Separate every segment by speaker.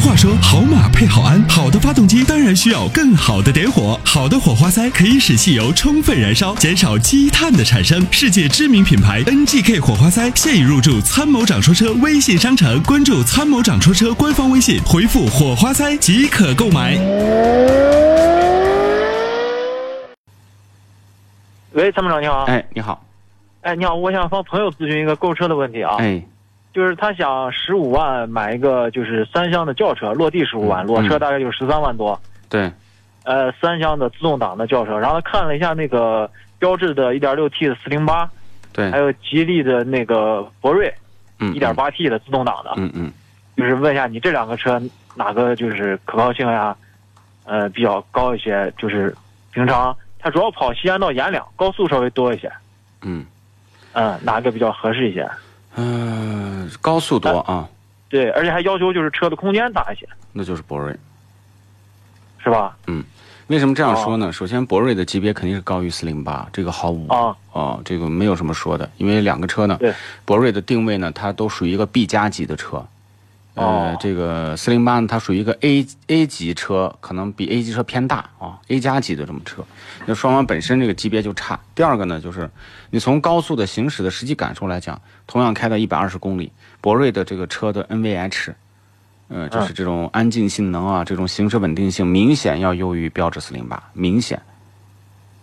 Speaker 1: 话说，好马配好鞍，好的发动机当然需要更好的点火。好的火花塞可以使汽油充分燃烧，减少积碳的产生。世界知名品牌 NGK 火花塞现已入驻参谋长说车微信商城，关注参谋长说车官方微信，回复“火花塞”即可购买。
Speaker 2: 喂，参谋长你好。
Speaker 3: 哎，你好，
Speaker 2: 哎，你好，我想帮朋友咨询一个购车的问题啊。
Speaker 3: 哎，
Speaker 2: 就是他想十五万买一个就是三厢的轿车，落地十五万，
Speaker 3: 嗯
Speaker 2: 裸车大概就是十三万多。
Speaker 3: 对，
Speaker 2: 呃，三厢的自动挡的轿车，然后他看了一下那个标致的 1.6T 的408，
Speaker 3: 对，
Speaker 2: 还有吉利的那个博瑞
Speaker 3: 嗯，嗯
Speaker 2: 1.8T 的自动挡的，
Speaker 3: 嗯嗯，
Speaker 2: 就是问一下你这两个车哪个就是可靠性呀，呃，比较高一些，就是平常他主要跑西安到阎良，高速稍微多一些，
Speaker 3: 嗯
Speaker 2: 嗯，哪个比较合适一些？
Speaker 3: 嗯，呃，高速多啊，
Speaker 2: 对，而且还要求就是车的空间大一些，
Speaker 3: 那就是博瑞。
Speaker 2: 是吧？
Speaker 3: 为什么这样说呢？首先，博瑞的级别肯定是高于408，这个毫无
Speaker 2: 啊，
Speaker 3: 哦，这个没有什么说的，因为两个车呢
Speaker 2: 对，
Speaker 3: 博瑞的定位呢，它都属于一个 B 加级的车。呃
Speaker 2: 哦，
Speaker 3: 这个408呢，它属于一个 A A 级车，可能比 A 级车偏大啊、a 加级的这么车。那双方本身这个级别就差。第二个呢，就是你从高速的行驶的实际感受来讲，同样开到一百二十公里，博瑞的这个车的 NVH，呃，
Speaker 2: 嗯
Speaker 3: 就是这种安静性能啊，这种行驶稳定性明显要优于标致408，明显。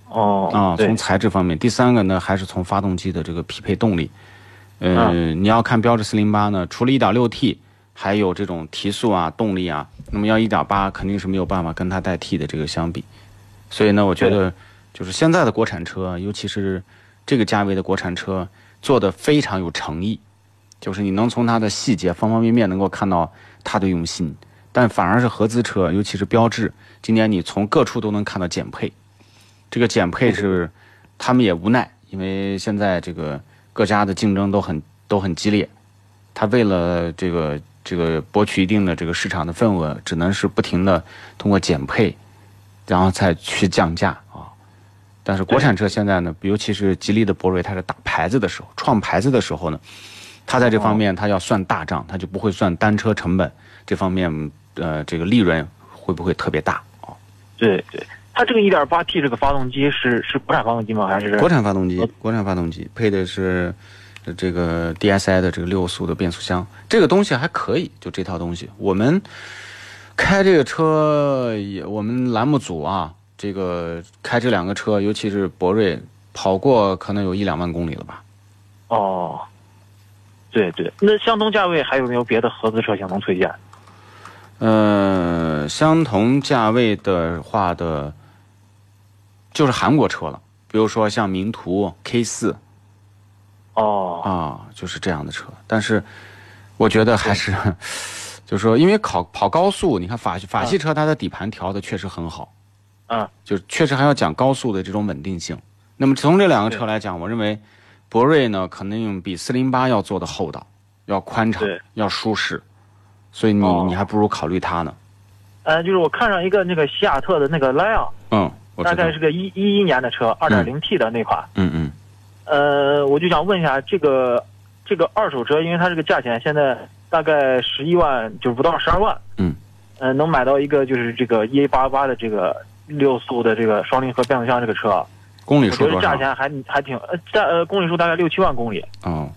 Speaker 2: 哦，
Speaker 3: 啊，
Speaker 2: 对
Speaker 3: 从，材质方面，第三个呢，还是从发动机的这个匹配动力。呃，你要看标致四零八呢，除了一点六 T，还有这种提速啊、动力啊，那么要一点八肯定是没有办法跟它代替的这个相比。所以呢，我觉得就是现在的国产车，尤其是这个价位的国产车，做的非常有诚意，就是你能从它的细节方方面面能够看到它的用心。但反而是合资车，尤其是标致，今年你从各处都能看到减配。这个减配是他们也无奈，因为现在这个各家的竞争都很都很激烈，他为了这个这个博取一定的这个市场的份额，只能是不停的通过减配，然后再去降价啊。但是国产车现在呢，尤其是吉利的博瑞，它是打牌子的时候，创牌子的时候呢，它在这方面它要算大账，它就不会算单车成本这方面，呃，这个利润会不会特别大啊？
Speaker 2: 对对，它这个 1.8T 这个发动机是是国产发动机吗？还是
Speaker 3: 国产发动机
Speaker 2: 呃，
Speaker 3: 国产发动机配的是呃这个 DSI 的这个六速的变速箱，这个东西还可以，就这套东西。我们开这个车也，我们栏目组啊，这个开这两个车，尤其是博瑞，跑过可能有一两万公里了吧。
Speaker 2: 哦，对对，那相同价位还有没有别的合资车型能推荐？
Speaker 3: 呃，相同价位的话的，就是韩国车了，比如说像名图 K 四，
Speaker 2: 哦，
Speaker 3: 啊，就是这样的车。但是我觉得还是， 就是说，因为跑跑高速，你看法系法系车它的底盘调的确实很好，
Speaker 2: 嗯，
Speaker 3: 就是确实还要讲高速的这种稳定性。那么从这两个车来讲，我认为博瑞呢肯定比408要做的厚道，要宽敞
Speaker 2: 对，
Speaker 3: 要舒适，所以你、
Speaker 2: 哦
Speaker 3: 你还不如考虑它呢。
Speaker 2: 呃，就是我看上一个那个西亚特的那个莱昂，
Speaker 3: 嗯，我
Speaker 2: 大
Speaker 3: 知道
Speaker 2: 概，是个一一一年的车，二点零 T 的那款。
Speaker 3: 嗯嗯，
Speaker 2: 呃，我就想问一下这个这个二手车，因为它这个价钱现在大概十一万，就是不到十二万。
Speaker 3: 嗯。
Speaker 2: 呃，能买到一个就是这个 E A 八八的这个六速的这个双离合变速箱这个车，
Speaker 3: 公里
Speaker 2: 我觉
Speaker 3: 数
Speaker 2: 得
Speaker 3: 多
Speaker 2: 价
Speaker 3: 少？
Speaker 2: 钱还还挺呃价呃公里数大概六七万公里，
Speaker 3: 哦，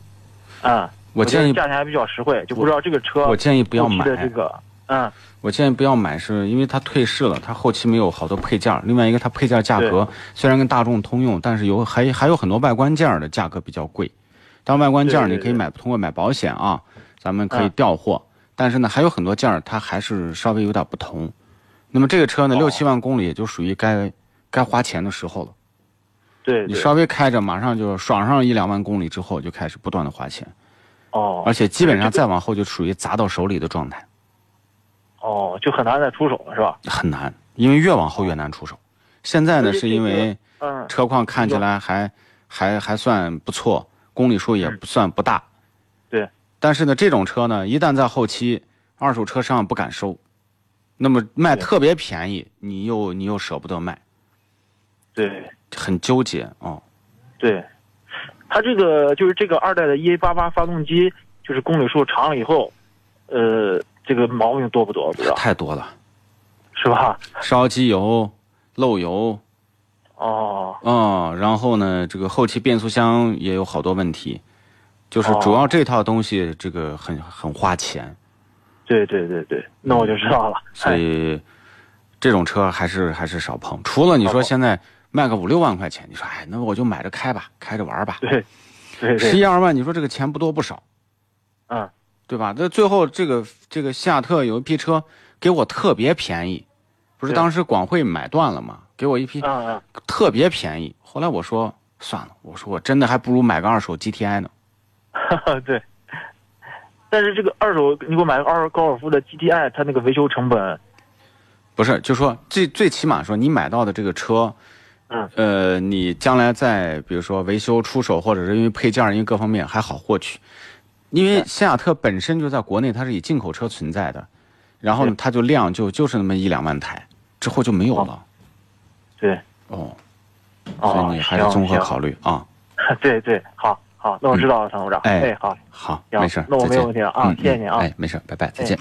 Speaker 2: 嗯。
Speaker 3: 我
Speaker 2: 觉得
Speaker 3: 建议
Speaker 2: 价钱还比较实惠，就不知道这个车
Speaker 3: 我建议不要
Speaker 2: 后期
Speaker 3: 买
Speaker 2: 的这个，嗯，
Speaker 3: 我建议不要买，是因为它退市了，它后期没有好多配件儿。另外一个，它配件价格虽然跟大众通用，但是有还还有很多外观件儿的价格比较贵。但外观件儿
Speaker 2: 对对
Speaker 3: 你可以买通过买保险啊，咱们可以
Speaker 2: 嗯
Speaker 3: 调货。但是呢，还有很多件儿它还是稍微有点不同。那么这个车呢，
Speaker 2: 哦
Speaker 3: 六七万公里也就属于该该花钱的时候了。
Speaker 2: 对，
Speaker 3: 你
Speaker 2: 对
Speaker 3: 稍微开着，马上就爽上一两万公里之后，就开始不断的花钱，而
Speaker 2: 哦
Speaker 3: 且基本上再往后就属于砸到手里的状态，
Speaker 2: 哦，就很难再出手了，是吧？
Speaker 3: 很难，因为越往后越难出手。现在呢，
Speaker 2: 所以
Speaker 3: 是
Speaker 2: 这
Speaker 3: 因
Speaker 2: 个
Speaker 3: 为
Speaker 2: 嗯，
Speaker 3: 车况看起来还还还算不错，公里数也不算不大。
Speaker 2: 嗯对。
Speaker 3: 但是呢，这种车呢，一旦在后期二手车商不敢收，那么卖
Speaker 2: 对
Speaker 3: 特别便宜，你又你又舍不得卖，
Speaker 2: 对
Speaker 3: 很纠结哦。
Speaker 2: 对，它这个就是这个二代的 EA 八八发动机，就是公里数长了以后，呃，这个毛病多不多？不知道
Speaker 3: 太多了，
Speaker 2: 是吧？
Speaker 3: 烧机油、漏油，
Speaker 2: 哦，
Speaker 3: 嗯，然后呢，这个后期变速箱也有好多问题，就是
Speaker 2: 哦
Speaker 3: 主要这套东西这个很很花钱，
Speaker 2: 对对对对，那我就知道了。
Speaker 3: 所
Speaker 2: 哎
Speaker 3: 以这种车还是还是少碰。除了你说
Speaker 2: 哦
Speaker 3: 现在卖个五六万块钱，你说哎，那我就买着开吧，开着玩儿吧，
Speaker 2: 对对
Speaker 3: 十
Speaker 2: 对，
Speaker 3: 一二万，你说这个钱不多不少，
Speaker 2: 嗯，
Speaker 3: 对吧？那最后这个这个夏特有一批车给我特别便宜，不是
Speaker 2: 对
Speaker 3: 当时广汇买断了吗？给我一批
Speaker 2: 嗯嗯，
Speaker 3: 特别便宜。后来我说算了，我说我真的还不如买个二手 GTI 呢。
Speaker 2: 哈哈嗯 对。但是这个二手，你给我买个二手高尔夫的 GTI，它那个维修成本，
Speaker 3: 不是，就说最最起码说你买到的这个车，
Speaker 2: 嗯，
Speaker 3: 呃，你将来在比如说维修出手，或者是因为配件儿因为各方面还好获取，因为西亚特本身就在国内它是以进口车存在的，然后呢
Speaker 2: 对
Speaker 3: 它就量就就是那么一两万台，之后就没有了。
Speaker 2: 对，
Speaker 3: 哦，所
Speaker 2: 哦
Speaker 3: 以，你还是综合
Speaker 2: 行
Speaker 3: 考虑啊。
Speaker 2: 行对对，好好，那我知道了，参谋长。
Speaker 3: 哎
Speaker 2: 好，
Speaker 3: 好，
Speaker 2: 行
Speaker 3: 没事儿，
Speaker 2: 那我
Speaker 3: 再
Speaker 2: 没有
Speaker 3: 见
Speaker 2: 问题了啊
Speaker 3: 嗯
Speaker 2: 谢谢您啊
Speaker 3: 哎，没事儿，拜拜，再见。